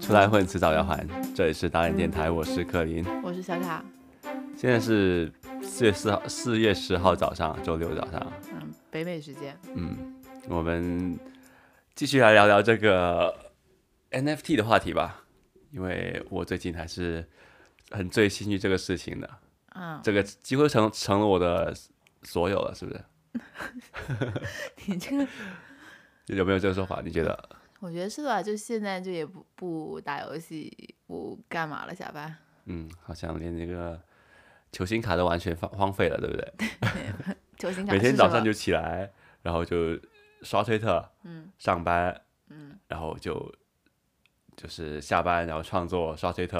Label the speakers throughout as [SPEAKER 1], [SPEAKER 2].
[SPEAKER 1] 出来混，迟早要还。这里是打脸电台，我是克林。
[SPEAKER 2] 我是小卡，
[SPEAKER 1] 现在是四月四号，四月十号早上，周六早上。
[SPEAKER 2] 嗯，北美时间，
[SPEAKER 1] 嗯，我们继续来聊聊这个 NFT 的话题吧，因为我最近还是很醉心于这个事情的。
[SPEAKER 2] 嗯，
[SPEAKER 1] 这个几乎成成了我的所有了，是不是？
[SPEAKER 2] 你这个
[SPEAKER 1] 有没有这个说法？你觉得？
[SPEAKER 2] 我觉得是吧？就现在就也不不打游戏，不干嘛了，下班。
[SPEAKER 1] 嗯，好像连那个球星卡都完全荒荒废了，对不对？
[SPEAKER 2] 球星卡
[SPEAKER 1] 每天
[SPEAKER 2] 是
[SPEAKER 1] 早
[SPEAKER 2] 什么
[SPEAKER 1] 上就起来，然后就刷推特，
[SPEAKER 2] 嗯
[SPEAKER 1] 上班，
[SPEAKER 2] 嗯，
[SPEAKER 1] 然后就就是下班，然后创作，刷推特，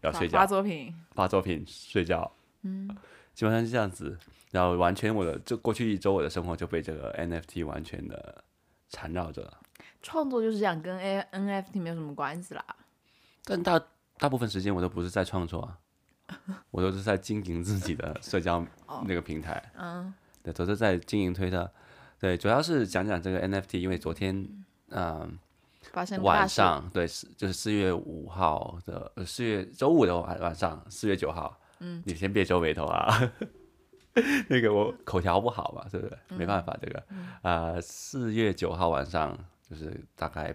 [SPEAKER 1] 然后睡
[SPEAKER 2] 发发
[SPEAKER 1] 觉，
[SPEAKER 2] 作品，
[SPEAKER 1] 发作品，睡觉，
[SPEAKER 2] 嗯，
[SPEAKER 1] 基本上是这样子。然后完全我的这过去一周我的生活就被这个 NFT 完全的缠绕着了，
[SPEAKER 2] 创作就是这样，跟 A NFT 没有什么关系啦。
[SPEAKER 1] 但大大部分时间我都不是在创作啊，我都是在经营自己的社交
[SPEAKER 2] 哦
[SPEAKER 1] 那个平台。
[SPEAKER 2] 嗯
[SPEAKER 1] 对，都是在经营推特。对，主要是讲讲这个 NFT，因为昨天，嗯、
[SPEAKER 2] 发生大
[SPEAKER 1] 晚
[SPEAKER 2] 事，
[SPEAKER 1] 上，对，是就是四月五号的，呃四月周五的晚晚上，四月九号，嗯，你先别皱眉头啊， 那个我口条不好嘛，对不对？没办法，这个，啊、四月九号晚上，就是大概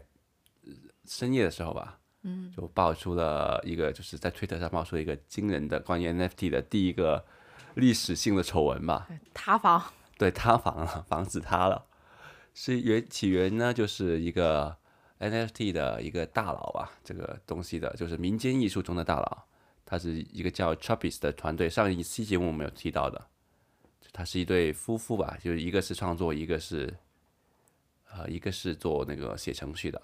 [SPEAKER 1] 呃深夜的时候吧，嗯，就爆出了一个，就是在推特上爆出了一个惊人的关于 NFT 的第一个历史性的丑闻吧，
[SPEAKER 2] 塌房，
[SPEAKER 1] 对，塌房了，房子塌了。是源起源呢，就是一个 NFT 的一个大佬吧，这个东西的，就是民间艺术中的大佬，他是一个叫 Chubbies 的团队，上一期节目我们有提到的，他是一对夫妇吧，就是一个是创作，一个是，呃，一个是做那个写程序的，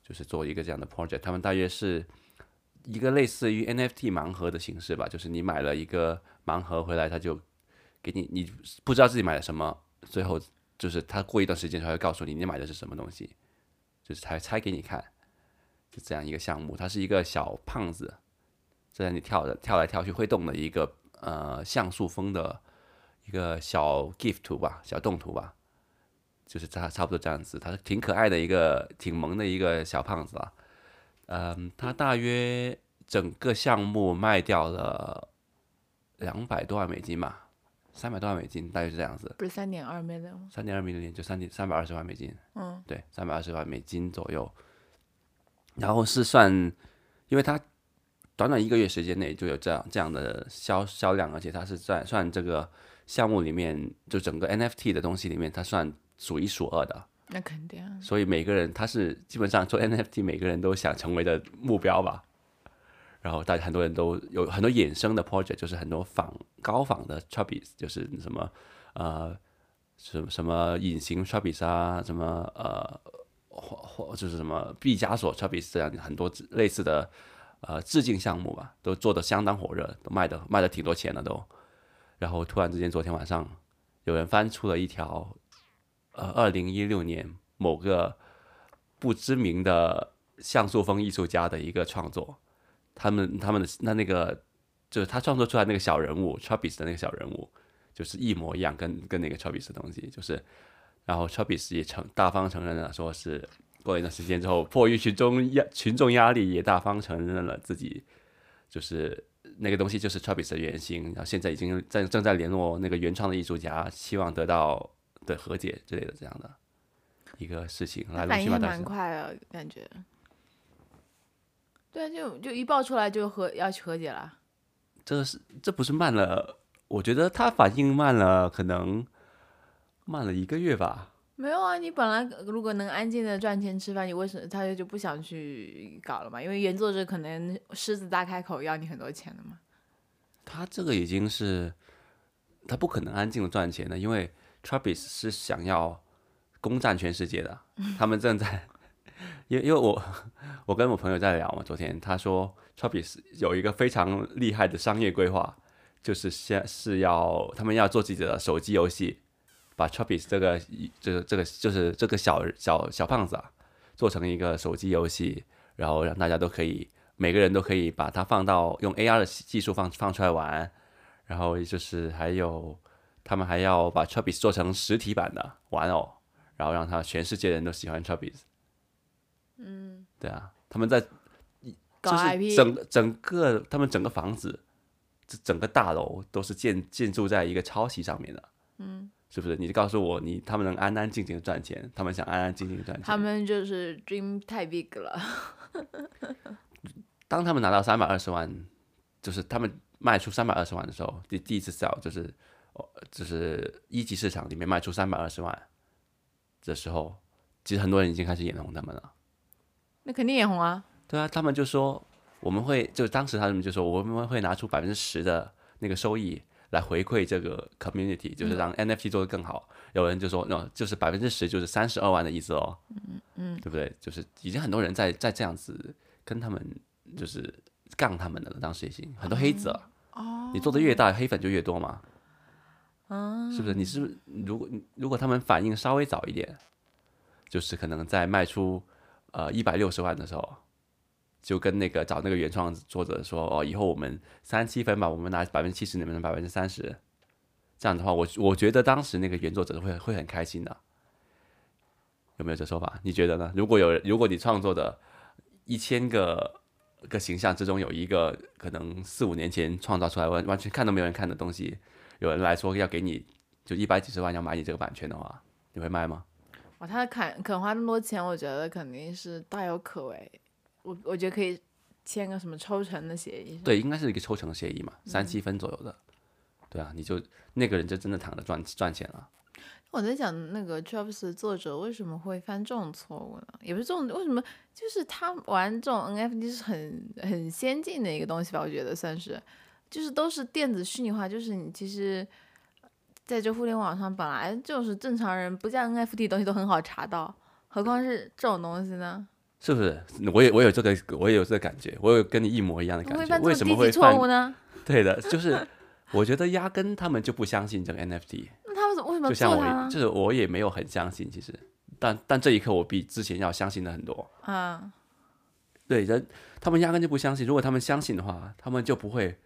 [SPEAKER 1] 就是做一个这样的 project，他们大约是一个类似于 NFT 盲盒的形式吧，就是你买了一个盲盒回来，他就给你，你不知道自己买了什么，最后就是他过一段时间才会告诉你你买的是什么东西，就是才拆给你看，就这样一个项目。它是一个小胖子在那里跳的跳来跳去会动的一个呃像素风的一个小 GIF 图吧，小动图吧，就是差差不多这样子。他是挺可爱的一个挺萌的一个小胖子啊，嗯，他大约整个项目卖掉了两百多万美金吧。三百多万美金，大约是这样子。
[SPEAKER 2] 不是三点二 million 吗？
[SPEAKER 1] 三点二 million 就三点三百二十万美金，
[SPEAKER 2] 嗯，
[SPEAKER 1] 对，三百二十万美金左右。然后是算，因为它短短一个月时间内就有这样这样的销销量，而且它是在算这个项目里面，就整个 NFT 的东西里面，它算数一数二的。
[SPEAKER 2] 那肯定啊，
[SPEAKER 1] 所以每个人他是基本上做 NFT，每个人都想成为的目标吧。然后大家很多人都有很多衍生的 project，就是很多仿高仿的 Chubbies，就是什么呃什什么隐形 Chubbies 啊，什么呃或或就是什么毕加索 Chubbies 这样很多类似的呃致敬项目吧，都做的相当火热，都卖的卖的挺多钱的都。然后突然之间，昨天晚上有人翻出了一条呃，二零一六年某个不知名的像素风艺术家的一个创作，他们他们的那那个就是他创作出来那个小人物 Chubbies 的那个小人物，就是一模一样跟，跟那个 Chubbies 的东西，就是，然后 Chubbies 也承大方承认了，说是过了一段时间之后，迫于群众压群众压力，也大方承认了自己就是那个东西就是 Chubbies 的原型，然后现在已经在正在联络那个原创的艺术家，希望得到的和解之类的这样的一个事情，来龙
[SPEAKER 2] 反
[SPEAKER 1] 去
[SPEAKER 2] 应
[SPEAKER 1] 脉
[SPEAKER 2] 还
[SPEAKER 1] 当
[SPEAKER 2] 蛮
[SPEAKER 1] 时
[SPEAKER 2] 快的感觉。对啊，就就一爆出来就和要去和解了。
[SPEAKER 1] 这是这不是慢了？我觉得他反应慢了，可能慢了一个月吧。
[SPEAKER 2] 没有啊，你本来如果能安静的赚钱吃饭，你为什么他就不想去搞了嘛？因为原作者可能狮子大开口要你很多钱的嘛。
[SPEAKER 1] 他这个已经是他不可能安静的赚钱的，因为 Travis 是想要攻占全世界的，他们正在。因为因为我我跟我朋友在聊嘛，昨天他说 Travis 有一个非常厉害的商业规划，就是先是要他们要做自己的手机游戏，把 Travis 这个这个这个就是这个小小小胖子啊，做成一个手机游戏，然后让大家都可以每个人都可以把它放到用 AR 的技术放放出来玩，然后就是还有他们还要把 Chubbies 做成实体版的玩偶，然后让他全世界人都喜欢 Chubbies。嗯，对啊，他们在
[SPEAKER 2] 搞
[SPEAKER 1] 就
[SPEAKER 2] IP
[SPEAKER 1] 是整整个他们整个房子，这整个大楼都是建建筑在一个抄袭上面的。嗯，是不是？你告诉我，你他们能安安静静的赚钱，他们想安安静静的赚钱。
[SPEAKER 2] 他们就是 dream 太 big 了，
[SPEAKER 1] 当他们拿到三百二十万，就是他们卖出三百二十万的时候，第第一次 sell 就是，哦就是一级市场里面卖出三百二十万的时候，其实很多人已经开始眼红他们了。
[SPEAKER 2] 那肯定眼红啊。
[SPEAKER 1] 对啊，他们就说我们会，就当时他们就说我们会拿出百分之十的那个收益来回馈这个 community，就是让 NFT 做得更好。有人就说，那、就是百分之十，就是三十二万的意思哦。嗯嗯，对不对？就是已经很多人在在这样子跟他们就是杠他们的了，当时已经很多黑子了。哦，你做的越大，黑粉就越多嘛。嗯，是不是？你是不是如果如果他们反应稍微早一点，就是可能在卖出呃一百六十万的时候，就跟那个找那个原创作者说，哦，以后我们三七分吧，我们拿百分之七十，你们拿百分之三十，这样的话，我我觉得当时那个原作者会会很开心的，有没有这说法？你觉得呢？如果有，如果你创作的一千个个形象之中有一个可能四五年前创造出来完完全看都没有人看的东西，有人来说要给你就一百几十万要买你这个版权的话，你会卖吗？
[SPEAKER 2] 哇，他肯肯花那么多钱，我觉得肯定是大有可为。我我觉得可以签个什么抽成的协议。
[SPEAKER 1] 对，应该是一个抽成协议嘛，三
[SPEAKER 2] 嗯
[SPEAKER 1] 七分左右的。对啊，你就那个人就真的躺着赚赚钱了。
[SPEAKER 2] 我在想那个 Travis 的作者为什么会犯这种错误呢？也不是这种，为什么就是他玩这种 NFT 是很很先进的一个东西吧？我觉得算是，就是都是电子虚拟化，就是你其实在这互联网上本来就是正常人不加 NFT 的东西都很好查到，何况是这种东西呢？
[SPEAKER 1] 是不是？我也我有这个，我也有这个感觉，我有跟你一模一样的
[SPEAKER 2] 怎么
[SPEAKER 1] 感觉。
[SPEAKER 2] 会犯这
[SPEAKER 1] 为
[SPEAKER 2] 种
[SPEAKER 1] 什么
[SPEAKER 2] 低级
[SPEAKER 1] 会
[SPEAKER 2] 错
[SPEAKER 1] 犯
[SPEAKER 2] 误？呢？
[SPEAKER 1] 对的，就是 我觉得压根他们就不相信这个 NFT，
[SPEAKER 2] 那他们 怎么为什么
[SPEAKER 1] 就
[SPEAKER 2] 要
[SPEAKER 1] 像
[SPEAKER 2] 做
[SPEAKER 1] 我
[SPEAKER 2] 它
[SPEAKER 1] 也，
[SPEAKER 2] 呢？
[SPEAKER 1] 就是我也没有很相信，其实，但但这一刻我比之前要相信的很多。
[SPEAKER 2] 啊，
[SPEAKER 1] 对，人他们压根就不相信，如果他们相信的话，他们就不会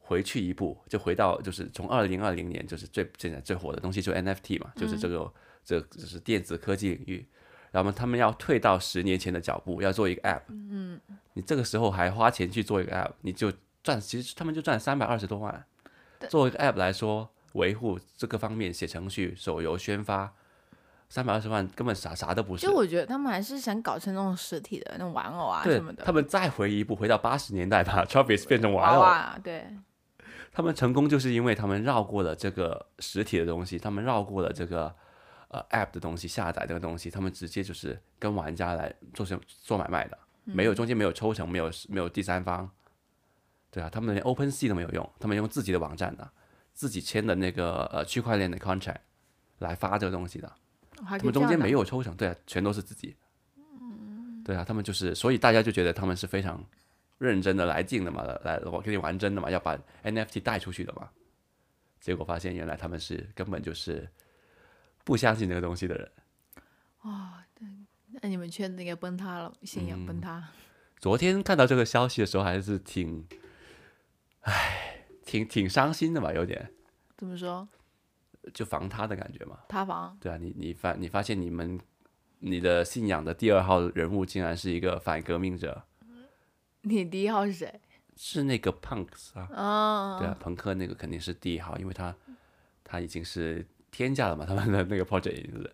[SPEAKER 1] 回去一步，就回到就是从二零二零年就是最现在最火的东西就是 NFT 嘛，就是这个、
[SPEAKER 2] 嗯
[SPEAKER 1] 这就是电子科技领域，然后他们要退到十年前的脚步，要做一个 app，嗯，你这个时候还花钱去做一个 app，你就赚，其实他们就赚三百二十多万，做一个 app 来说，维护这个方面写程序、手游宣发，三百二十万根本啥啥都不是，
[SPEAKER 2] 就我觉得他们还是想搞成那种实体的那种玩偶啊
[SPEAKER 1] 对
[SPEAKER 2] 什么的，
[SPEAKER 1] 他们再回一步，回到八十年代吧 ，Travis 变成玩
[SPEAKER 2] 娃
[SPEAKER 1] 偶。
[SPEAKER 2] 娃对。
[SPEAKER 1] 他们成功就是因为他们绕过了这个实体的东西，他们绕过了这个呃 App 的东西，下载这个东西，他们直接就是跟玩家来做成做买卖的，
[SPEAKER 2] 嗯
[SPEAKER 1] 没有中间没有抽成，没有没有第三方，对啊，他们连 Open Sea 都没有用，他们用自己的网站的，自己签的那个呃区块链的 contract 来发这个东西的，他
[SPEAKER 2] 还可以
[SPEAKER 1] 们
[SPEAKER 2] 这
[SPEAKER 1] 中
[SPEAKER 2] 样
[SPEAKER 1] 间
[SPEAKER 2] 的嗯
[SPEAKER 1] 没有抽成，对啊，全都是自己。对啊，他们就是，所以大家就觉得他们是非常认真的来劲的嘛，来我跟你玩真的嘛，要把 NFT 带出去的嘛。结果发现原来他们是根本就是不相信这个东西的人。
[SPEAKER 2] 那你们圈子应该崩塌了，信仰
[SPEAKER 1] 嗯
[SPEAKER 2] 崩塌。
[SPEAKER 1] 昨天看到这个消息的时候，还是挺，唉，挺挺伤心的吧，有点
[SPEAKER 2] 怎么说？
[SPEAKER 1] 就防他的感觉嘛。
[SPEAKER 2] 塌房？
[SPEAKER 1] 对啊，你你发你发现你们你的信仰的第二号人物竟然是一个反革命者，
[SPEAKER 2] 你第一号是谁？
[SPEAKER 1] 是那个 punks 啊，
[SPEAKER 2] 啊、
[SPEAKER 1] 对啊，朋克那个肯定是第一号，因为他他已经是天价了嘛，他们的那个 project 已经是，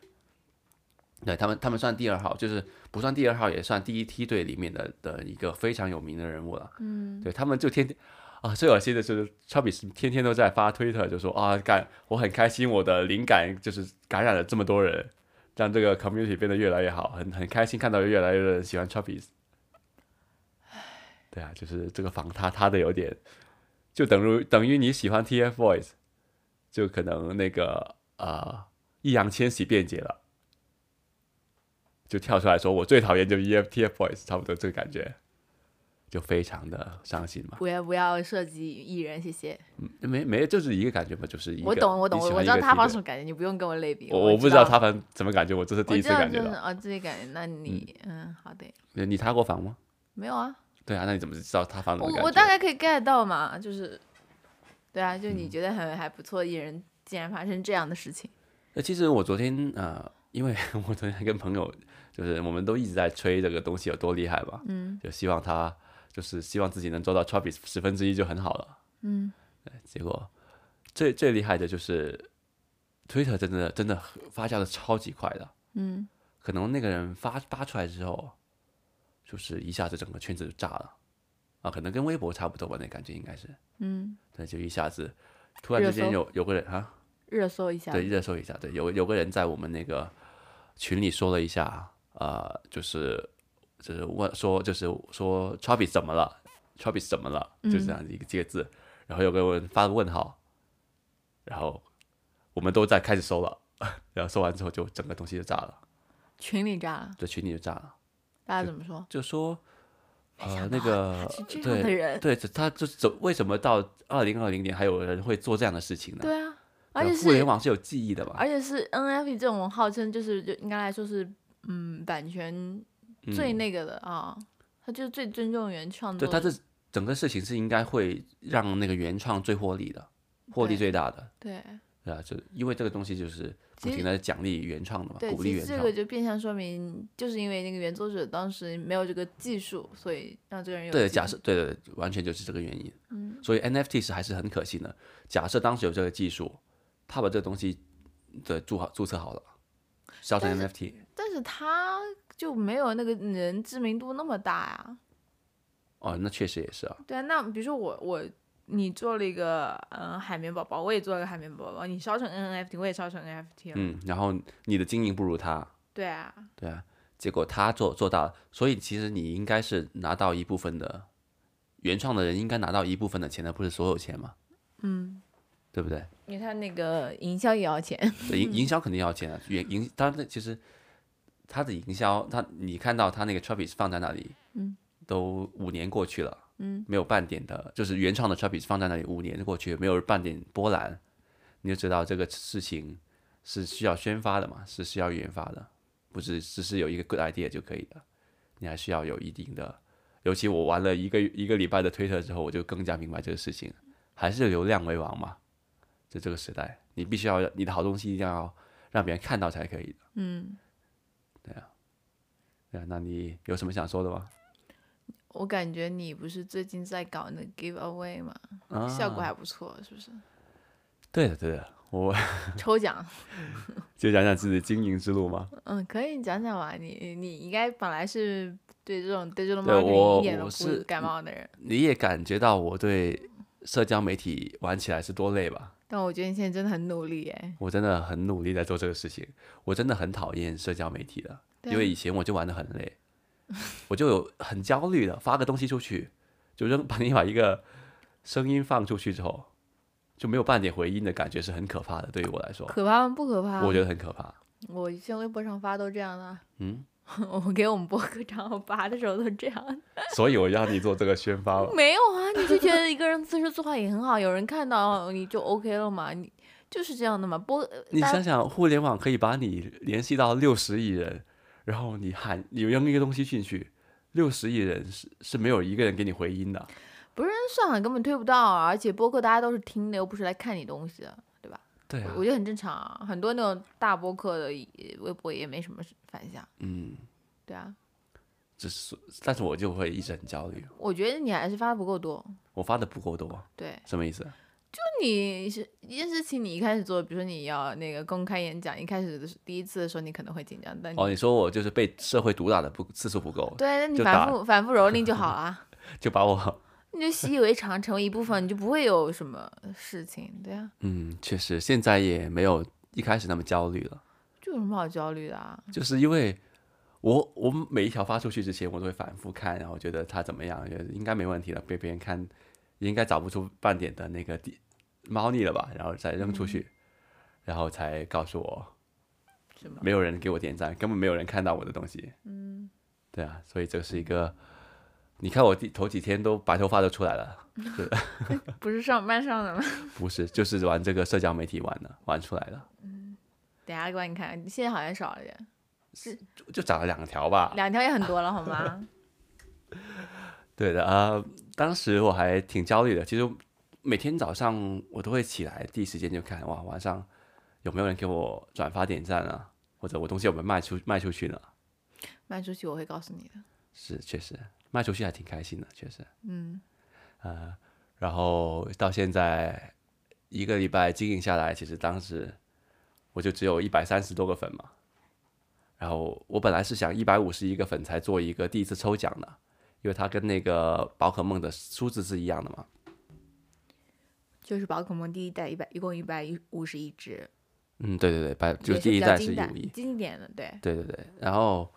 [SPEAKER 1] 对他们他们算第二号，就是不算第二号也算第一梯队里面的的一个非常有名的人物了。嗯，对他们就天天啊，最恶心的就是 Chubby 天天都在发推特，就说啊感我很开心，我的灵感就是感染了这么多人。让这个 community 变得越来越好，很很开心看到有越来越多人喜欢 Chubby。对啊，就是这个防他他的有点就等于等于你喜欢 TFBOYS，就可能那个呃易烊千玺辩解了，就跳出来说我最讨厌就是 E EFTFBOYS，差不多这个感觉，就非常的伤心嘛。
[SPEAKER 2] 不要不要涉及艺人，谢谢。
[SPEAKER 1] 没没就是一个感觉嘛，就是一个
[SPEAKER 2] 我懂我懂，
[SPEAKER 1] 你喜
[SPEAKER 2] 我
[SPEAKER 1] 欢
[SPEAKER 2] 我
[SPEAKER 1] 一
[SPEAKER 2] 知
[SPEAKER 1] 个
[SPEAKER 2] 道塌房
[SPEAKER 1] 梯
[SPEAKER 2] 什
[SPEAKER 1] 队
[SPEAKER 2] 么感觉，你不用跟我类比。
[SPEAKER 1] 我
[SPEAKER 2] 我
[SPEAKER 1] 不知道他们什么感觉，我这是
[SPEAKER 2] 我
[SPEAKER 1] 第一
[SPEAKER 2] 知
[SPEAKER 1] 次
[SPEAKER 2] 道
[SPEAKER 1] 感觉
[SPEAKER 2] 就是
[SPEAKER 1] 到。
[SPEAKER 2] 哦，自己感觉。那你嗯，好的，
[SPEAKER 1] 你你塌过房吗？
[SPEAKER 2] 没有啊，
[SPEAKER 1] 对啊，那你怎么知道塌房什
[SPEAKER 2] 我
[SPEAKER 1] 么感觉？
[SPEAKER 2] 我大概可以 get 到嘛，就是，对
[SPEAKER 1] 嗯
[SPEAKER 2] 啊，就你觉得很还不错的艺人，竟然发生这样的事情，
[SPEAKER 1] 那其实我昨天呃，因为 我昨天跟朋友，就是我们都一直在吹这个东西有多厉害吧，嗯，就希望他就是希望自己能做到 Travis 十分之一就很好了，嗯，结果最最厉害的就是 Twitter 真的真的发酵的超级快的，
[SPEAKER 2] 嗯，
[SPEAKER 1] 可能那个人发发出来之后，就是一下子整个圈子就炸了，啊，可能跟微博差不多吧，那感觉应该是，
[SPEAKER 2] 嗯，
[SPEAKER 1] 对，就一下子突然
[SPEAKER 2] 热
[SPEAKER 1] 之间
[SPEAKER 2] 搜
[SPEAKER 1] 有有个人啊。
[SPEAKER 2] 热搜一下，
[SPEAKER 1] 对，热搜一下。对，有有个人在我们那个群里说了一下，呃，就是就是问说就是说 Travis 怎么了？Travis 怎么了？
[SPEAKER 2] 嗯
[SPEAKER 1] 就是这样一个几个字。然后有个人发个问号，然后我们都在开始搜了， 然后搜完之后就整个东西就炸了，
[SPEAKER 2] 群里炸了，
[SPEAKER 1] 这群里就炸了，
[SPEAKER 2] 大家怎么说？
[SPEAKER 1] 就说。呃，
[SPEAKER 2] 想
[SPEAKER 1] 那
[SPEAKER 2] 到
[SPEAKER 1] 个
[SPEAKER 2] 他是这样的
[SPEAKER 1] 对
[SPEAKER 2] 人，
[SPEAKER 1] 对，这他这怎为什么到二零二零年还有人会做这样的事情呢？
[SPEAKER 2] 对啊，
[SPEAKER 1] 对
[SPEAKER 2] 而且
[SPEAKER 1] 吧互联
[SPEAKER 2] 是
[SPEAKER 1] 网是有记忆的嘛？
[SPEAKER 2] 而且是 NFT 这种号称就是就应该来说是嗯版权
[SPEAKER 1] 嗯
[SPEAKER 2] 最那个的啊，他就是最尊重原创
[SPEAKER 1] 对，
[SPEAKER 2] 作
[SPEAKER 1] 他
[SPEAKER 2] 者，
[SPEAKER 1] 这整个事情是应该会让那个原创最获利的，获利
[SPEAKER 2] 对
[SPEAKER 1] 最大的，
[SPEAKER 2] 对
[SPEAKER 1] 对啊，就因为这个东西就是不
[SPEAKER 2] 其实
[SPEAKER 1] 停的奖励原创的嘛，
[SPEAKER 2] 对，
[SPEAKER 1] 鼓励
[SPEAKER 2] 其
[SPEAKER 1] 原
[SPEAKER 2] 实
[SPEAKER 1] 创
[SPEAKER 2] 这。个就变相说明，就是因为那个原作者当时没有这个技术，所以让这个人有
[SPEAKER 1] 对，
[SPEAKER 2] 技
[SPEAKER 1] 假
[SPEAKER 2] 术
[SPEAKER 1] 设对对，对完全就是这个原因。嗯，所以 NFT 是还是很可惜的。假设当时有这个技术，他把这个东西的注好注册好了，烧成
[SPEAKER 2] 但是
[SPEAKER 1] NFT，
[SPEAKER 2] 但是他就没有那个人知名度那么大呀、
[SPEAKER 1] 哦，那确实也是啊。
[SPEAKER 2] 对啊，那比如说我我你做了一个嗯海绵宝宝，我也做了个海绵宝宝，你烧成 NFT，我也烧成 NFT 了，
[SPEAKER 1] 嗯，然后你的经营不如他，
[SPEAKER 2] 对啊，
[SPEAKER 1] 对啊，结果他做做到了，所以其实你应该是拿到一部分的，原创的人应该拿到一部分的钱的，不是所有钱嘛？嗯，对不对？
[SPEAKER 2] 因为他那个营销也要钱，
[SPEAKER 1] 对营营销肯定要钱啊，原营他那其实他的营销，他你看到他那个 Travis 放在那里，嗯，都五年过去了，嗯，没有半点的，就是原创的 Travis 放在那里五年过去，没有半点波澜，你就知道这个事情是需要宣发的嘛，是需要研发的，不是只是有一个 good idea 就可以的，你还需要有一定的。尤其我玩了一个一个礼拜的推特之后，我就更加明白这个事情，还是流量为王嘛。在这个时代，你必须要你的好东西一定要让别人看到才可以的。
[SPEAKER 2] 嗯，
[SPEAKER 1] 对啊，那你有什么想说的吗？
[SPEAKER 2] 我感觉你不是最近在搞那 giveaway 吗？
[SPEAKER 1] 啊，
[SPEAKER 2] 效果还不错，是不是？
[SPEAKER 1] 对的对的，我
[SPEAKER 2] 抽奖，
[SPEAKER 1] 就讲讲自己的经营之路嘛。
[SPEAKER 2] 嗯，可以讲讲吧。你你应该本来是对这种 digital
[SPEAKER 1] 对我
[SPEAKER 2] marketing 一点都
[SPEAKER 1] 我
[SPEAKER 2] 不
[SPEAKER 1] 是
[SPEAKER 2] 感冒的人，
[SPEAKER 1] 你也感觉到我对社交媒体玩起来是多累吧？
[SPEAKER 2] 但我觉得你现在真的很努力哎。
[SPEAKER 1] 我真的很努力在做这个事情，我真的很讨厌社交媒体的，
[SPEAKER 2] 对啊
[SPEAKER 1] 因为以前我就玩的很累，我就有很焦虑的发个东西出去，就扔把你把一个声音放出去之后，就没有半点回音的感觉是很可怕的，对于我来说，
[SPEAKER 2] 可怕吗？不可怕。
[SPEAKER 1] 我觉得很可怕。
[SPEAKER 2] 我以前微博上发都这样的。
[SPEAKER 1] 嗯，
[SPEAKER 2] 我给我们博客账号发的时候都这样。
[SPEAKER 1] 所以我让你做这个宣发吧。
[SPEAKER 2] 没有啊，你就觉得一个人自说自话也很好，有人看到你就 OK 了嘛，你就是这样的嘛。播
[SPEAKER 1] 你
[SPEAKER 2] 大家
[SPEAKER 1] 想想，互联网可以把你联系到六十亿人，然后你喊你扔一个东西进去，六十亿人是是没有一个人给你回音的。
[SPEAKER 2] 不是上海根本推不到啊，而且播客大家都是听的，又不是来看你东西的，对吧？
[SPEAKER 1] 对啊
[SPEAKER 2] 我，觉得很正常啊，很多那种大播客的也微博也没什么反响，
[SPEAKER 1] 嗯，
[SPEAKER 2] 对啊。
[SPEAKER 1] 只是但是我就会一直很焦虑，
[SPEAKER 2] 我觉得你还是发的不够多，
[SPEAKER 1] 我发的不够多，
[SPEAKER 2] 对。
[SPEAKER 1] 什么意思？
[SPEAKER 2] 那你是一件事情，你一开始做，比如说你要那个公开演讲，一开始的时第一次的时候你可能会紧张，但你、
[SPEAKER 1] 哦，你说我就是被社会毒打的不次数不够，
[SPEAKER 2] 对，那你
[SPEAKER 1] 就
[SPEAKER 2] 反
[SPEAKER 1] 打
[SPEAKER 2] 复反复蹂躏 就好了，
[SPEAKER 1] 就把我
[SPEAKER 2] 你就习以为常，成为一部分，你就不会有什么事情，对啊，
[SPEAKER 1] 嗯，确实现在也没有一开始那么焦虑了，
[SPEAKER 2] 就有什么好焦虑的啊？
[SPEAKER 1] 就是因为。我我每一条发出去之前，我都会反复看，然后觉得它怎么样，觉得应该没问题了，被别人看，应该找不出半点的那个地猫腻了吧，然后再扔出去，然后才告诉我
[SPEAKER 2] 什么？
[SPEAKER 1] 没有人给我点赞，根本没有人看到我的东西。嗯，对啊，所以这是一个，你看我第头几天都白头发都出来了，
[SPEAKER 2] 不是上班上的吗？
[SPEAKER 1] 不是，就是玩这个社交媒体玩的，玩出来了，
[SPEAKER 2] 等一下给你看，现在好像少了点，
[SPEAKER 1] 就就找了两条吧。
[SPEAKER 2] 两条也很多了，好 吗？
[SPEAKER 1] 对的啊、呃当时我还挺焦虑的。其实每天早上我都会起来，第一时间就看哇，晚上有没有人给我转发点赞啊？或者我东西有没有卖出卖出去呢？
[SPEAKER 2] 卖出去我会告诉你的。
[SPEAKER 1] 是，确实卖出去还挺开心的，确实。嗯，呃，然后到现在一个礼拜经营下来，其实当时我就只有一百三十多个粉嘛。然后我本来是想一百五十一个粉才做一个第一次抽奖的，因为它跟那个宝可梦的数字是一样的嘛。
[SPEAKER 2] 就是宝可梦第一代一百，一共一百五十一只，
[SPEAKER 1] 嗯，对对对，百就
[SPEAKER 2] 也
[SPEAKER 1] 第
[SPEAKER 2] 比
[SPEAKER 1] 一
[SPEAKER 2] 较
[SPEAKER 1] 代
[SPEAKER 2] 经
[SPEAKER 1] 是一
[SPEAKER 2] 典
[SPEAKER 1] 五一，
[SPEAKER 2] 经典的，对，
[SPEAKER 1] 对对对，然后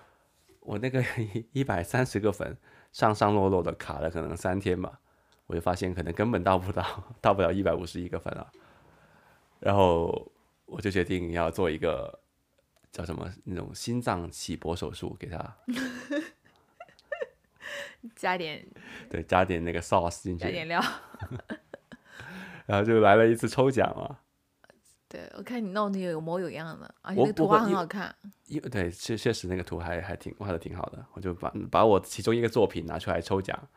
[SPEAKER 1] 我那个一百三十个粉上上落落的卡了可能三天吧，我就发现可能根本到不到到不了一百五十一个粉啊，然后我就决定要做一个叫什么那种心脏起搏手术，给他
[SPEAKER 2] 加点
[SPEAKER 1] 对加点那个 sauce 进
[SPEAKER 2] 加
[SPEAKER 1] 去，
[SPEAKER 2] 点料。
[SPEAKER 1] 然后就来了一次抽奖嘛，
[SPEAKER 2] 对，我看你弄得有模有样的，而且
[SPEAKER 1] 我
[SPEAKER 2] 那个图
[SPEAKER 1] 我会
[SPEAKER 2] 画很
[SPEAKER 1] 因
[SPEAKER 2] 好看。
[SPEAKER 1] 因为对，确确实那个图还还挺画的挺好的，我就把把我其中一个作品拿出来抽奖，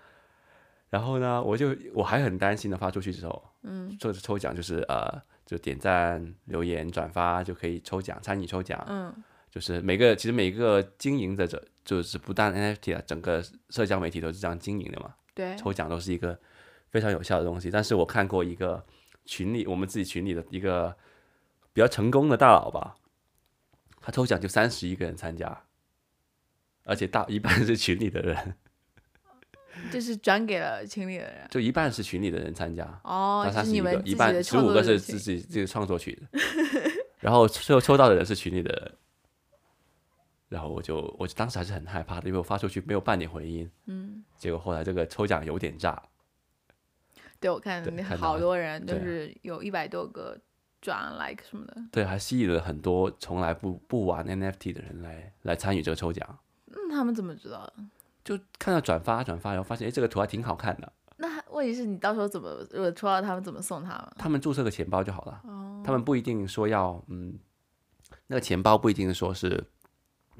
[SPEAKER 1] 然后呢，我就我还很担心的发出去之后，嗯，抽抽奖就是呃，就点赞、留言、转发就可以抽奖，参与抽奖，
[SPEAKER 2] 嗯，
[SPEAKER 1] 就是每个其实每个经营的者就是不但 NFT 啊，整个社交媒体都是这样经营的嘛，
[SPEAKER 2] 对，
[SPEAKER 1] 抽奖都是一个非常有效的东西。但是我看过一个群里，我们自己群里的一个比较成功的大佬吧，他抽奖就三十一个人参加，而且大一半是群里的人，
[SPEAKER 2] 就是转给了群里的人。
[SPEAKER 1] 就一半是群里的人参加。
[SPEAKER 2] 哦
[SPEAKER 1] 那，
[SPEAKER 2] 就
[SPEAKER 1] 他
[SPEAKER 2] 是
[SPEAKER 1] 是
[SPEAKER 2] 你
[SPEAKER 1] 一
[SPEAKER 2] 们
[SPEAKER 1] 个
[SPEAKER 2] 自
[SPEAKER 1] 一
[SPEAKER 2] 己
[SPEAKER 1] 半
[SPEAKER 2] 的
[SPEAKER 1] 十
[SPEAKER 2] 创
[SPEAKER 1] 五
[SPEAKER 2] 作
[SPEAKER 1] 个
[SPEAKER 2] 的
[SPEAKER 1] 是
[SPEAKER 2] 群
[SPEAKER 1] 自己这个创作群， 然后最后抽到的人是群里的人，然后我就我当时还是很害怕的，因为我发出去没有半点回音，嗯，结果后来这个抽奖有点炸，
[SPEAKER 2] 对，我看
[SPEAKER 1] 对
[SPEAKER 2] 那
[SPEAKER 1] 看到
[SPEAKER 2] 好
[SPEAKER 1] 了
[SPEAKER 2] 多人就
[SPEAKER 1] 对啊
[SPEAKER 2] 是有一百多个转 like 什么的。
[SPEAKER 1] 对，还吸引了很多从来不不玩 NFT 的人来来参与这个抽奖，
[SPEAKER 2] 那他们怎么知道的？
[SPEAKER 1] 就看到转发转发，然后发现哎这个图还挺好看的，
[SPEAKER 2] 那还问题是你到时候怎么，如果抽到他们怎么送他们？
[SPEAKER 1] 他们注册个钱包就好了，
[SPEAKER 2] 哦
[SPEAKER 1] 他们不一定说要嗯，那个钱包不一定说是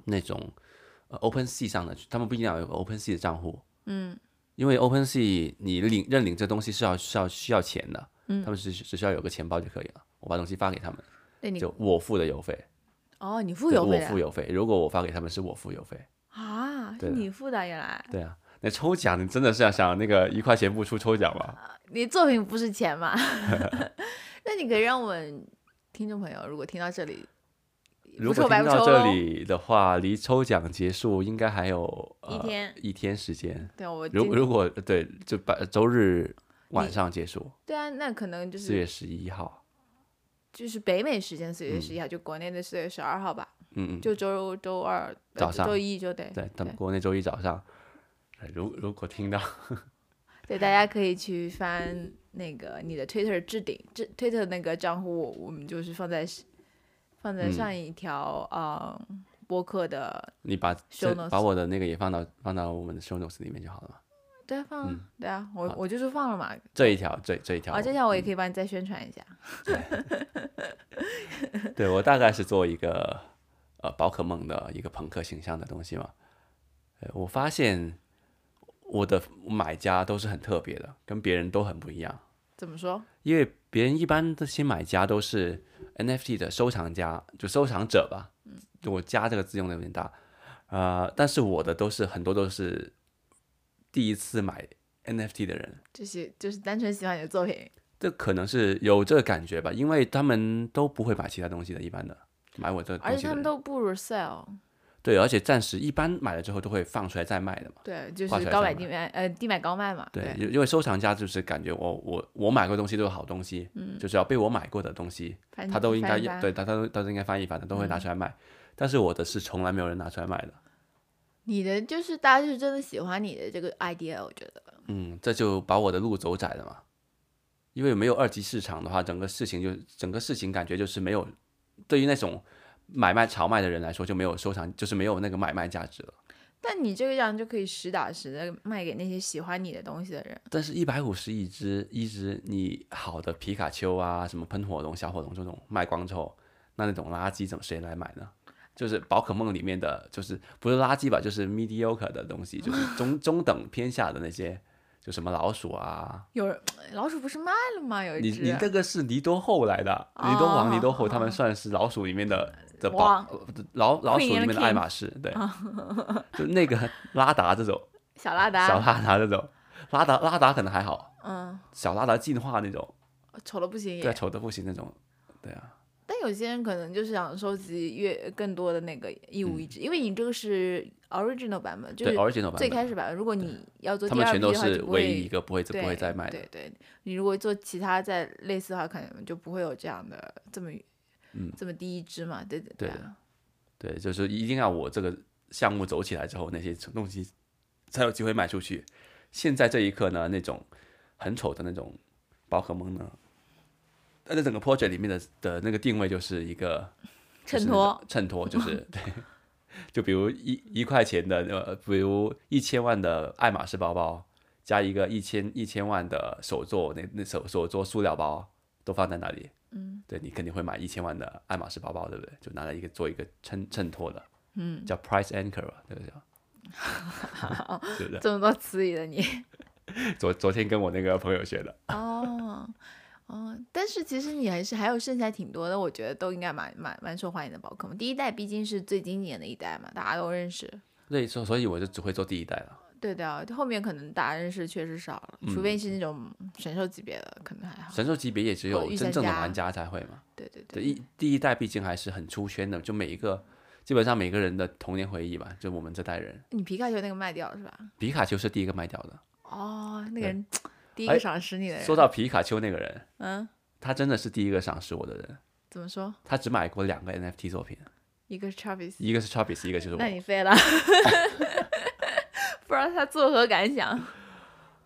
[SPEAKER 1] 那种呃 OpenSea 上的，他们不一定要有 OpenSea 的账户，
[SPEAKER 2] 嗯，
[SPEAKER 1] 因为 OpenSea 你领认领这东西是要是要需要钱的，
[SPEAKER 2] 嗯
[SPEAKER 1] 他们只只需要有个钱包就可以了，我把东西发给他们，
[SPEAKER 2] 对你
[SPEAKER 1] 就我付的邮费，
[SPEAKER 2] 哦，你付
[SPEAKER 1] 对
[SPEAKER 2] 邮费
[SPEAKER 1] 我付
[SPEAKER 2] 的
[SPEAKER 1] 邮费，如果我发给他们是我付邮费。
[SPEAKER 2] 啊？是
[SPEAKER 1] 对的
[SPEAKER 2] 你付的原来？
[SPEAKER 1] 对啊，那抽奖你真的是要想那个一块钱不出抽奖吗？
[SPEAKER 2] 你作品不是钱嘛？ 那你可以让我们听众朋友，如果听到这里，
[SPEAKER 1] 如
[SPEAKER 2] 不抽
[SPEAKER 1] 果
[SPEAKER 2] 白
[SPEAKER 1] 听
[SPEAKER 2] 不抽
[SPEAKER 1] 到
[SPEAKER 2] 哦
[SPEAKER 1] 这
[SPEAKER 2] 喽。
[SPEAKER 1] 里的话，离抽奖结束应该还有、呃、
[SPEAKER 2] 一天
[SPEAKER 1] 一天时间。
[SPEAKER 2] 对，啊我
[SPEAKER 1] 如
[SPEAKER 2] 今
[SPEAKER 1] 如果对，就把周日晚
[SPEAKER 2] 你
[SPEAKER 1] 上结束，
[SPEAKER 2] 对啊，那可能就
[SPEAKER 1] 四
[SPEAKER 2] 是
[SPEAKER 1] 月十一号。
[SPEAKER 2] 就是北美时间四月
[SPEAKER 1] 嗯
[SPEAKER 2] 十一号，就国内的四月十二号吧，
[SPEAKER 1] 嗯嗯，
[SPEAKER 2] 就周周二呃
[SPEAKER 1] 早上
[SPEAKER 2] 周一就对
[SPEAKER 1] 对，他们
[SPEAKER 2] 对
[SPEAKER 1] 国内周一早上。呃如如果听到，
[SPEAKER 2] 对，大家可以去翻那个你的 Twitter 置顶，这 Twitter 那个账户，我们就是放在放在
[SPEAKER 1] 嗯
[SPEAKER 2] 上一条呃播客的，
[SPEAKER 1] 你把
[SPEAKER 2] Show
[SPEAKER 1] 这
[SPEAKER 2] notes
[SPEAKER 1] 把我的那个也放到放到我们的 show notes 里面就好了嘛。
[SPEAKER 2] 对啊放啊
[SPEAKER 1] 嗯
[SPEAKER 2] 对啊，我
[SPEAKER 1] 好嗯
[SPEAKER 2] 我就是放了嘛，
[SPEAKER 1] 这一条，这这一条，
[SPEAKER 2] 啊这条我也可以帮你再宣传一下，
[SPEAKER 1] 对我大概是做一个呃宝可梦的一个朋克形象的东西嘛。呃，我发现我的买家都是很特别的，跟别人都很不一样。
[SPEAKER 2] 怎么说？
[SPEAKER 1] 因为别人一般这些买家都是 NFT 的收藏家，就收藏者吧。
[SPEAKER 2] 嗯
[SPEAKER 1] 我“家”这个字用的有点大，呃，但是我的都是很多都是第一次买 NFT 的人，
[SPEAKER 2] 这些就是单纯喜欢你的作品，
[SPEAKER 1] 这可能是有这个感觉吧，因为他们都不会买其他东西的，一般的买我呃这个东
[SPEAKER 2] 而
[SPEAKER 1] 西的人。
[SPEAKER 2] 且他们都不 resell，
[SPEAKER 1] 对，而且暂时一般买了之后都会放出来再卖的嘛。
[SPEAKER 2] 对，就
[SPEAKER 1] 挂起
[SPEAKER 2] 是
[SPEAKER 1] 来
[SPEAKER 2] 高
[SPEAKER 1] 上
[SPEAKER 2] 买
[SPEAKER 1] 嘛
[SPEAKER 2] 低卖，呃，低买高卖嘛，
[SPEAKER 1] 对，因因为收藏家就是感觉我我我买过的东西都是好东西，
[SPEAKER 2] 嗯
[SPEAKER 1] 就是要被我买过的东西，
[SPEAKER 2] 翻
[SPEAKER 1] 他都应该
[SPEAKER 2] 翻一翻
[SPEAKER 1] 对他他都他都应该翻译翻的，都会拿出来卖。但是我的是从来没有人拿出来卖的，
[SPEAKER 2] 你的就是大家就是真的喜欢你的这个 idea，我觉得
[SPEAKER 1] 嗯，这就把我的路走窄了嘛。因为没有二级市场的话，整个事情就整个事情感觉就是没有，对于那种买卖炒卖的人来说就没有收藏，就是没有那个买卖价值了。
[SPEAKER 2] 但你这个样就可以实打实的卖给那些喜欢你的东西的人。
[SPEAKER 1] 但是，一百五十一只，一只你好的皮卡丘啊，什么喷火龙、小火龙这种卖光之后，那那种垃圾怎么谁来买呢？就是宝可梦里面的，就是不是垃圾吧，就是 mediocre 的东西，就是中中等偏下的那些，就什么老鼠啊。
[SPEAKER 2] 有人老鼠不是卖了吗？有
[SPEAKER 1] 你
[SPEAKER 2] 一只
[SPEAKER 1] 你这个是尼多后来的，
[SPEAKER 2] 啊哦呃
[SPEAKER 1] 尼多王、尼多
[SPEAKER 2] 好
[SPEAKER 1] 后他们算是老鼠里面的的
[SPEAKER 2] 哇
[SPEAKER 1] 宝老老鼠
[SPEAKER 2] Queen and
[SPEAKER 1] 里面的
[SPEAKER 2] King
[SPEAKER 1] 爱马仕，对，就那个拉达这种
[SPEAKER 2] 小 拉达，
[SPEAKER 1] 小拉达这种，拉达拉达可能还好，
[SPEAKER 2] 嗯，
[SPEAKER 1] 小拉达进化那种，
[SPEAKER 2] 丑的不行
[SPEAKER 1] 对，
[SPEAKER 2] 也。
[SPEAKER 1] 丑的不行那种，对啊，
[SPEAKER 2] 但有些人可能就是想收集越更多的那个一无一值，因为你这个是 original 版本，就
[SPEAKER 1] 嗯对
[SPEAKER 2] 是
[SPEAKER 1] original 版
[SPEAKER 2] 最
[SPEAKER 1] 本，
[SPEAKER 2] 开始版本。如果你要做
[SPEAKER 1] 他
[SPEAKER 2] 第
[SPEAKER 1] 们
[SPEAKER 2] 二批
[SPEAKER 1] 全
[SPEAKER 2] 的
[SPEAKER 1] 都
[SPEAKER 2] 话，
[SPEAKER 1] 是
[SPEAKER 2] 就不
[SPEAKER 1] 唯一一
[SPEAKER 2] 会
[SPEAKER 1] 个不会不
[SPEAKER 2] 对
[SPEAKER 1] 会再卖的，
[SPEAKER 2] 对对，你如果做其他再类似的话，可能就不会有这样的这么
[SPEAKER 1] 嗯
[SPEAKER 2] 这么低一支嘛，对对
[SPEAKER 1] 对的
[SPEAKER 2] 啊
[SPEAKER 1] 对，就是一定要我这个项目走起来之后，那些东西才有机会卖出去。现在这一刻呢，那种很丑的那种宝可梦呢，它在整个 project 里面的的那个定位就是一个就
[SPEAKER 2] 衬
[SPEAKER 1] 是那
[SPEAKER 2] 托
[SPEAKER 1] 种，衬托就是 对， 就比如一一块钱的呃，比如一千万的爱马仕包包，加一个一千一千万的手作那那手手作塑料包都放在那里，嗯，对你肯定会买一千万的爱马仕包包，对不对？就拿来一个做一个衬衬托的，嗯，叫 price anchor 吧，对不对？ 对不对？
[SPEAKER 2] 这么多词语的你。
[SPEAKER 1] 昨昨天跟我那个朋友学的，
[SPEAKER 2] 哦，哦，但是其实你还是还有剩下挺多的，我觉得都应该蛮蛮蛮受欢迎的宝可梦。第一代毕竟是最经典的一代嘛，大家都认识。
[SPEAKER 1] 对，所所以我就只会做第一代了。
[SPEAKER 2] 对的啊，后面可能大家认识确实少了，除非是那种神兽级别的，可能还好。
[SPEAKER 1] 嗯神兽级别也只
[SPEAKER 2] 或
[SPEAKER 1] 有
[SPEAKER 2] 御
[SPEAKER 1] 真
[SPEAKER 2] 三
[SPEAKER 1] 正的
[SPEAKER 2] 家
[SPEAKER 1] 玩家才会嘛。
[SPEAKER 2] 对对对，
[SPEAKER 1] 对，一第一代毕竟还是很出圈的，就每一个基本上每个人的童年回忆吧，就我们这代人，
[SPEAKER 2] 你皮卡丘那个卖掉了是吧？
[SPEAKER 1] 皮卡丘是第一个卖掉的。
[SPEAKER 2] 哦，那个
[SPEAKER 1] 对
[SPEAKER 2] 人第一
[SPEAKER 1] 哎
[SPEAKER 2] 个赏识你的人，
[SPEAKER 1] 说到皮卡丘那个人，
[SPEAKER 2] 嗯，
[SPEAKER 1] 他真的是第一个赏识我的人，
[SPEAKER 2] 怎么说？
[SPEAKER 1] 他只买过两个 NFT 作品，
[SPEAKER 2] 一个是 Travis，
[SPEAKER 1] 一个是 Travis，一个就是
[SPEAKER 2] 那
[SPEAKER 1] 我。
[SPEAKER 2] 你废了， 不知道他作何感想，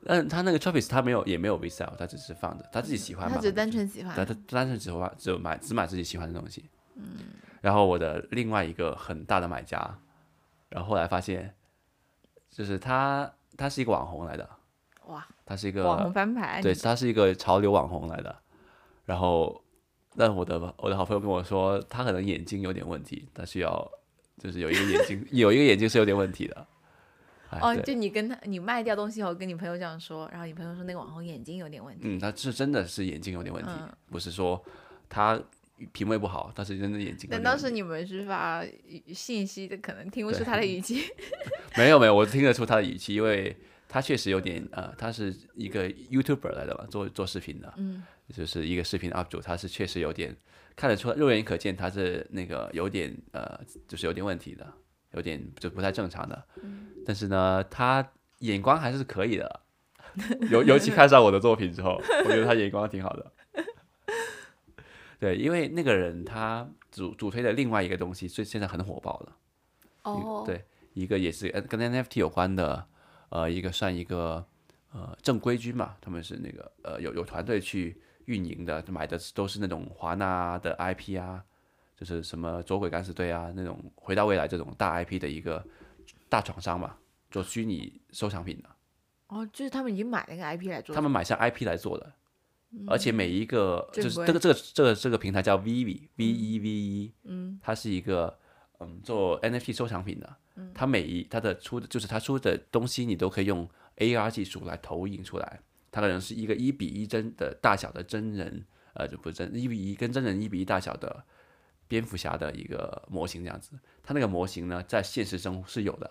[SPEAKER 1] 但嗯他那个 Travis 他没有也没有 resell，他只是放着，他自己喜欢
[SPEAKER 2] 他
[SPEAKER 1] 嘛。
[SPEAKER 2] 只单纯喜欢
[SPEAKER 1] 对，他单纯只买只有买只买自己喜欢的东西。
[SPEAKER 2] 嗯
[SPEAKER 1] 然后我的另外一个很大的买家，然后后来发现，就是他他是一个网红来的，
[SPEAKER 2] 哇，
[SPEAKER 1] 他是一个
[SPEAKER 2] 网红翻牌，
[SPEAKER 1] 对，他是一个潮流网红来的。然后，但我的我的好朋友跟我说，他可能眼睛有点问题，他需要就是有一个眼睛 有一个眼睛是有点问题的。哎，
[SPEAKER 2] 哦，
[SPEAKER 1] 对，
[SPEAKER 2] 就你跟他，你卖掉东西以后跟你朋友这样说，然后你朋友说那个网红眼睛有点问题，
[SPEAKER 1] 嗯，他是真的是眼睛有点问题，
[SPEAKER 2] 嗯
[SPEAKER 1] 不是说他品味不好，他是真的眼睛有
[SPEAKER 2] 但
[SPEAKER 1] 点
[SPEAKER 2] 当
[SPEAKER 1] 问
[SPEAKER 2] 时
[SPEAKER 1] 题
[SPEAKER 2] 你们是发语信息，的，可能听不
[SPEAKER 1] 对
[SPEAKER 2] 出他的语 气。
[SPEAKER 1] 没有没有，我听得出他的语气，因为他确实有点呃，他是一个 YouTuber 来的嘛，做做视频的，
[SPEAKER 2] 嗯，
[SPEAKER 1] 就是一个视频 UP 主，他是确实有点看得出来，肉眼可见他是那个有点呃，就是有点问题的，有点就不太正常的。但是呢，他眼光还是可以的，尤尤其看上我的作品之后，我觉得他眼光挺好的。对，因为那个人他主主推的另外一个东西，最现在很火爆的，一个
[SPEAKER 2] 哦，
[SPEAKER 1] 对，一个也是呃跟 NFT 有关的，呃，一个算一个呃正规军嘛，他们是那个呃有有团队去运营的，买的都是那种华纳的 IP 啊，就是什么左鬼敢死队啊那种回到未来这种大 IP 的一个大厂商嘛，做虚拟收藏品的，
[SPEAKER 2] 哦，就是他们已经买那个 IP 来做，
[SPEAKER 1] 他们买下 IP 来做的。而且每一个
[SPEAKER 2] 正
[SPEAKER 1] 就是嗯
[SPEAKER 2] 规
[SPEAKER 1] 这个这个这个这个平台叫 Vivi V E V E，嗯，它是一个嗯做 NFT 收藏品的，它每一它的出的就是它出的东西，你都可以用 AR 技术来投影出来。它可能是一个一比一真的大小的真人，呃，就不是真一比一跟真人一比一大小的蝙蝠侠的一个模型这样子。它那个模型呢，在现实中是有的，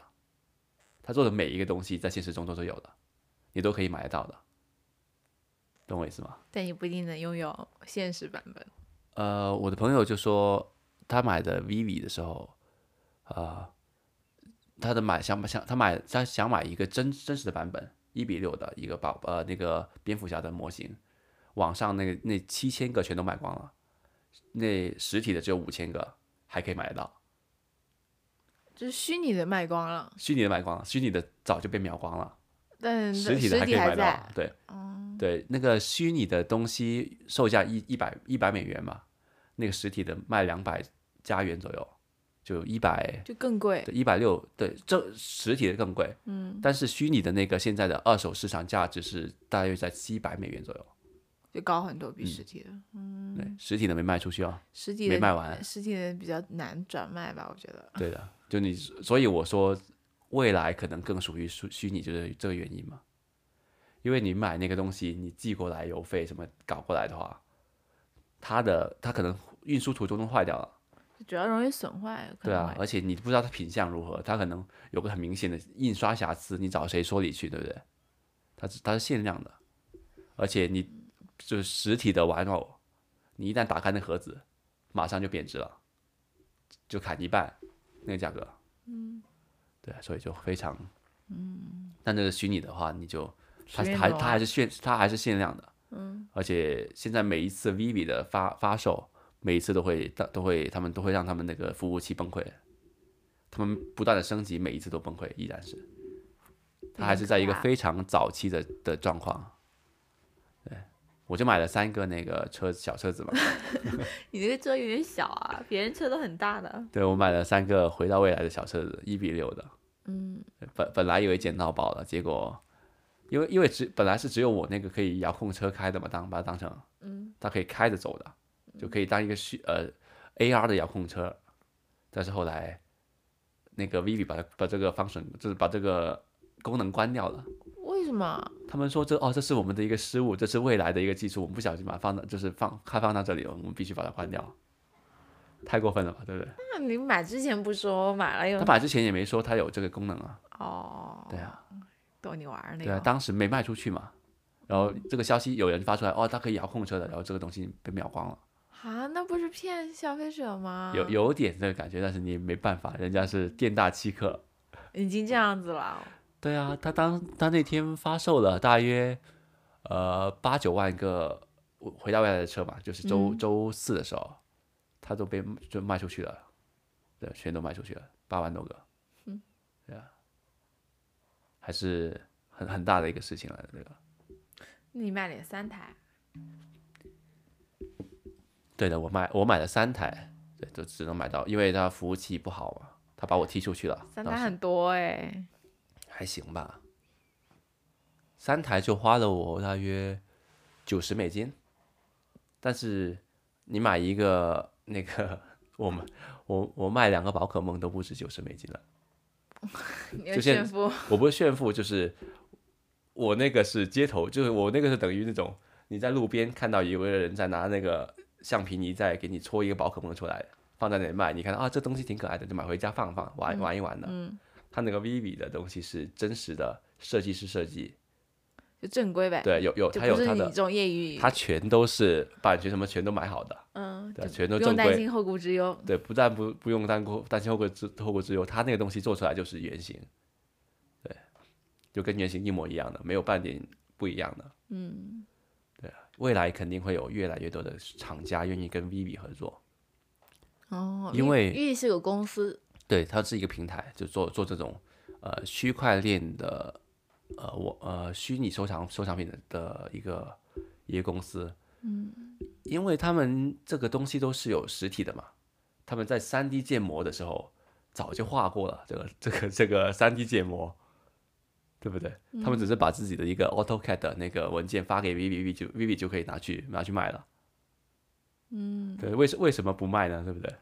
[SPEAKER 1] 它做的每一个东西在现实中都是有的，你都可以买得到的，懂我意思吗？
[SPEAKER 2] 但你不一定能拥有现实版本。
[SPEAKER 1] 呃，我的朋友就说他买的 Vivi 的时候，呃，他的买想想他买他想买一个真真实的版本，一比六的一个宝呃那个蝙蝠侠的模型，网上那个那七千个全都买光了，那实体的只有五千个还可以买得到，
[SPEAKER 2] 就是虚拟的卖光了，
[SPEAKER 1] 虚拟的买光了，虚拟的早就被秒光了。
[SPEAKER 2] 但
[SPEAKER 1] 实
[SPEAKER 2] 但
[SPEAKER 1] 体的
[SPEAKER 2] 实
[SPEAKER 1] 还可
[SPEAKER 2] 体
[SPEAKER 1] 以
[SPEAKER 2] 还
[SPEAKER 1] 买到
[SPEAKER 2] 在，，哦
[SPEAKER 1] 对，对，那个虚拟的东西售价一一百一百美元嘛，那个实体的卖两百加元左右，就一百
[SPEAKER 2] 就更贵。
[SPEAKER 1] 一百六，对，这实体的更贵，嗯，但是虚拟的那个现在的二手市场价值是大约在七百美元左右，
[SPEAKER 2] 就高很多，比
[SPEAKER 1] 嗯
[SPEAKER 2] 实体的，
[SPEAKER 1] 对，实体的没卖出去哦，
[SPEAKER 2] 实体的
[SPEAKER 1] 没卖完，
[SPEAKER 2] 实体的比较难转卖吧，我觉得。
[SPEAKER 1] 对的，就你，所以我说未来可能更属于虚虚拟，就是这个原因嘛。因为你买那个东西，你寄过来邮费什么搞过来的话，它的它可能运输途中都坏掉了，
[SPEAKER 2] 主要容易损坏，可
[SPEAKER 1] 对
[SPEAKER 2] 能
[SPEAKER 1] 啊，
[SPEAKER 2] 会
[SPEAKER 1] 而且你不知道它品相如何，它可能有个很明显的印刷瑕疵，你找谁说理去，对不对？它是它是限量的，而且你就是实体的玩偶，你一旦打开那盒子，马上就贬值了，就砍一半那个价格。嗯，对啊，所以就非常嗯，但那个虚拟的话，你就它
[SPEAKER 2] 随便
[SPEAKER 1] 还
[SPEAKER 2] 怎么
[SPEAKER 1] 它
[SPEAKER 2] 玩
[SPEAKER 1] 还是限它还是限量的。嗯，而且现在每一次 Vivi 的发发售，每一次都会都都会他们都会让他们那个服务器崩溃，他们不断的升级，每一次都崩溃，依然是，它还是在一个
[SPEAKER 2] 可怕
[SPEAKER 1] 非常早期的的状况。对，我就买了三个那个车小车子嘛，
[SPEAKER 2] 你这个车有点小啊，别人车都很大的。
[SPEAKER 1] 对我买了三个回到未来的小车子，一比六的，
[SPEAKER 2] 嗯，
[SPEAKER 1] 本本来以为捡到宝了，结果因为因为只本来是只有我那个可以遥控车开的嘛，当把它当成，嗯，它可以开着走的，就可以当一个虚呃 AR 的遥控车，但是后来那个 Vivi 把它把这个 function 就是把这个功能关掉了。
[SPEAKER 2] 为什么？
[SPEAKER 1] 他们说这哦，这是我们的一个失误，这是未来的一个技术，我们不小心把它放到就是放开放到这里了，我们必须把它关掉，太过分了吧，对不对？
[SPEAKER 2] 那你买之前不说，买了又
[SPEAKER 1] 他买之前也没说它有这个功能啊，
[SPEAKER 2] 哦，
[SPEAKER 1] 对啊，
[SPEAKER 2] 逗你玩儿那
[SPEAKER 1] 对啊，
[SPEAKER 2] 个。
[SPEAKER 1] 当时没卖出去嘛，然后这个消息有人发出来，哦，它可以遥控车的，然后这个东西被秒光了，
[SPEAKER 2] 啊，那不是骗消费者吗？
[SPEAKER 1] 有有点这个感觉，但是你也没办法，人家是店大欺客，
[SPEAKER 2] 已经这样子了，
[SPEAKER 1] 对啊，他当他那天发售了大约呃八九万个回到未来的车嘛，就是周、周四的时候，他都被就卖出去了，对，全都卖出去了，八万多个，嗯，对啊，还是很很大的一个事情来的这个，
[SPEAKER 2] 你买了三台，
[SPEAKER 1] 对的，我买我买了三台，对，就只能买到，因为它服务器不好嘛，他把我踢出去了，
[SPEAKER 2] 三
[SPEAKER 1] 当
[SPEAKER 2] 台
[SPEAKER 1] 时
[SPEAKER 2] 很多哎、
[SPEAKER 1] 还行吧，三台就花了我大约九十美金，但是你买一个那个， 我们我我卖两个宝可梦都不止九十美金了，
[SPEAKER 2] 你的
[SPEAKER 1] 就现
[SPEAKER 2] 炫富，
[SPEAKER 1] 我不是炫富，就是我那个是街头，就是我那个是等于那种你在路边看到有个人在拿那个橡皮泥在给你搓一个宝可梦出来，放在那里卖，你看到啊这东西挺可爱的，就买回家放放玩玩一玩的。
[SPEAKER 2] 嗯，
[SPEAKER 1] 它那个 Vivi 的东西是真实的设计师设计，
[SPEAKER 2] 就正规呗，
[SPEAKER 1] 对，有有
[SPEAKER 2] 就
[SPEAKER 1] 它
[SPEAKER 2] 不
[SPEAKER 1] 有
[SPEAKER 2] 是
[SPEAKER 1] 它
[SPEAKER 2] 你
[SPEAKER 1] 的
[SPEAKER 2] 这，种业余，
[SPEAKER 1] 它全都是版权什么全都买好的，
[SPEAKER 2] 嗯，
[SPEAKER 1] 对，啊
[SPEAKER 2] 就
[SPEAKER 1] 全都
[SPEAKER 2] 不
[SPEAKER 1] 正
[SPEAKER 2] 用担
[SPEAKER 1] 规。
[SPEAKER 2] 心后顾之忧，
[SPEAKER 1] 对，不但不不用担过担心后顾之后顾之忧，它那个东西做出来就是原型，对，就跟原型一模一样的，没有半点不一样的。嗯，对啊，未来肯定会有越来越多的厂家愿意跟 Vivi 合作，
[SPEAKER 2] 哦，
[SPEAKER 1] 因为
[SPEAKER 2] 玉是个公司，
[SPEAKER 1] 对，它是一个平台，就做做这种呃区块链的呃我呃虚拟收藏收藏品的的一个一个公司。嗯，因为他们这个东西都是有实体的嘛，他们在三 D 建模的时候早就画过了这个这个这个三 D 建模。对不对？
[SPEAKER 2] 嗯
[SPEAKER 1] 他们只是把自己的一个 AutoCAD 的那个文件发给 Vivi，就 Vivi 就可以拿去拿去卖了。嗯，对，为什为什么不卖呢？对不对？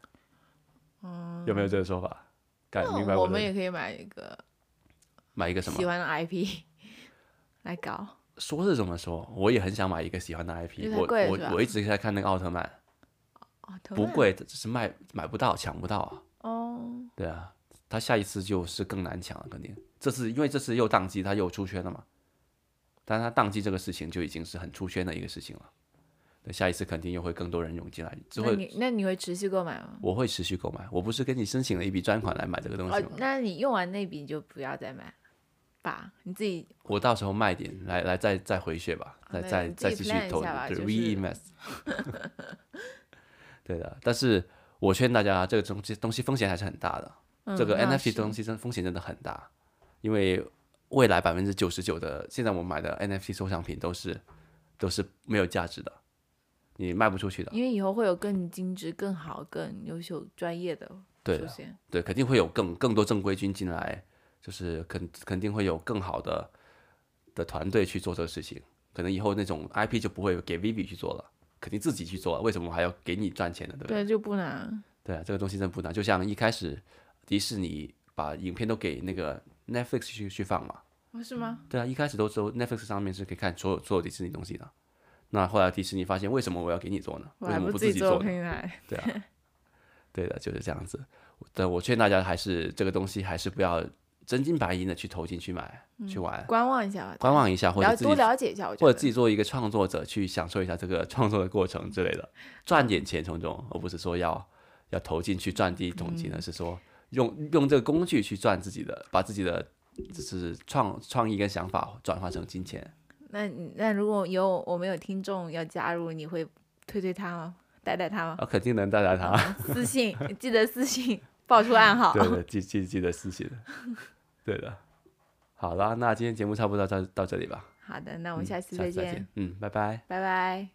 [SPEAKER 1] 嗯，有没有这个说法？敢
[SPEAKER 2] 那
[SPEAKER 1] 哎明白
[SPEAKER 2] 我
[SPEAKER 1] 的
[SPEAKER 2] 们也可以买一个
[SPEAKER 1] 买一个什
[SPEAKER 2] 喜
[SPEAKER 1] 么？
[SPEAKER 2] 欢的 IP 来搞，
[SPEAKER 1] 说是这么说，我也很想买一个喜欢的
[SPEAKER 2] 因
[SPEAKER 1] IP
[SPEAKER 2] 为它
[SPEAKER 1] 我。
[SPEAKER 2] 贵
[SPEAKER 1] 我
[SPEAKER 2] 是吧
[SPEAKER 1] 我一直在看那个奥特曼，
[SPEAKER 2] 哦，
[SPEAKER 1] 不贵，只是卖买不到，抢不到啊。
[SPEAKER 2] 哦，
[SPEAKER 1] 对啊，他下一次就是更难抢了，肯定。这次因为这次又宕机，他又出圈了嘛。但他宕机这个事情就已经是很出圈的一个事情了。对，下一次肯定又会更多人涌进来，之后
[SPEAKER 2] 那你那你会持续购买吗？
[SPEAKER 1] 我会持续购买。我不是跟你申请了一笔专款来买这个东
[SPEAKER 2] 哦
[SPEAKER 1] 西吗？，
[SPEAKER 2] 那你用完那笔你就不要再买吧，你自己
[SPEAKER 1] 我到时候卖点来来再再回血吧，再
[SPEAKER 2] 啊那
[SPEAKER 1] 再
[SPEAKER 2] 你
[SPEAKER 1] 再
[SPEAKER 2] 自己
[SPEAKER 1] 继续
[SPEAKER 2] plan 一
[SPEAKER 1] 投
[SPEAKER 2] 下吧
[SPEAKER 1] 对
[SPEAKER 2] 就是
[SPEAKER 1] reinvest。对的，但是我劝大家，这个东西东西风险还是很大的。这
[SPEAKER 2] 嗯
[SPEAKER 1] 个
[SPEAKER 2] 那
[SPEAKER 1] NFT
[SPEAKER 2] 是
[SPEAKER 1] 东西真风险真的很大，因为未来百分之九十九的现在我们买的 NFT 收藏品都是都是没有价值的，你卖不出去的。
[SPEAKER 2] 因为以后会有更精致、更好、更优秀、专业的
[SPEAKER 1] 对
[SPEAKER 2] 出
[SPEAKER 1] 的
[SPEAKER 2] 现。
[SPEAKER 1] 对，肯定会有更更多正规军进来，就是肯肯定会有更好的的团队去做这个事情。可能以后那种 IP 就不会给 Vivi 去做了，肯定自己去做了。为什么还要给你赚钱呢？对不对？
[SPEAKER 2] 对，就不难。
[SPEAKER 1] 对啊，这个东西真不难。就像一开始迪士尼把影片都给那个 Netflix 去去放嘛，
[SPEAKER 2] 哦，是吗？
[SPEAKER 1] 对啊，一开始都只有 Netflix 上面是可以看所有所有迪士尼东西的。那后来迪士尼发现，为什么我要给你做呢？
[SPEAKER 2] 我
[SPEAKER 1] 为
[SPEAKER 2] 还
[SPEAKER 1] 什么
[SPEAKER 2] 不
[SPEAKER 1] 不
[SPEAKER 2] 自己
[SPEAKER 1] 己
[SPEAKER 2] 做
[SPEAKER 1] 做呢？
[SPEAKER 2] 平台。
[SPEAKER 1] 对啊，对的，就是这样子。但我劝大家还是这个东西还是不要真金白银的去投进去买、去玩，
[SPEAKER 2] 观望一下吧，
[SPEAKER 1] 观望一下或者
[SPEAKER 2] 嗯了
[SPEAKER 1] 自
[SPEAKER 2] 多
[SPEAKER 1] 己
[SPEAKER 2] 了解一下，我觉
[SPEAKER 1] 或
[SPEAKER 2] 得
[SPEAKER 1] 者自己作为一个创作者去享受一下这个创作的过程之类 的，赚点钱从中，而不是说要要投进去赚第一桶金，而是
[SPEAKER 2] 嗯
[SPEAKER 1] 说用用这个工具去赚自己的，把自己的就是创创意跟想法转化成金钱。
[SPEAKER 2] 那你那如果有我们有听众要加入，你会推推他吗？带带他吗？
[SPEAKER 1] 啊，肯定能带来它。
[SPEAKER 2] 私信记得私信报出暗号。
[SPEAKER 1] 啊对的，记记记得事情。对的，好啦，那今天节目差不多到到这里吧。
[SPEAKER 2] 好的，那我们
[SPEAKER 1] 嗯
[SPEAKER 2] 下期
[SPEAKER 1] 下
[SPEAKER 2] 再
[SPEAKER 1] 次再
[SPEAKER 2] 见，
[SPEAKER 1] 见。嗯，拜拜。
[SPEAKER 2] 拜拜。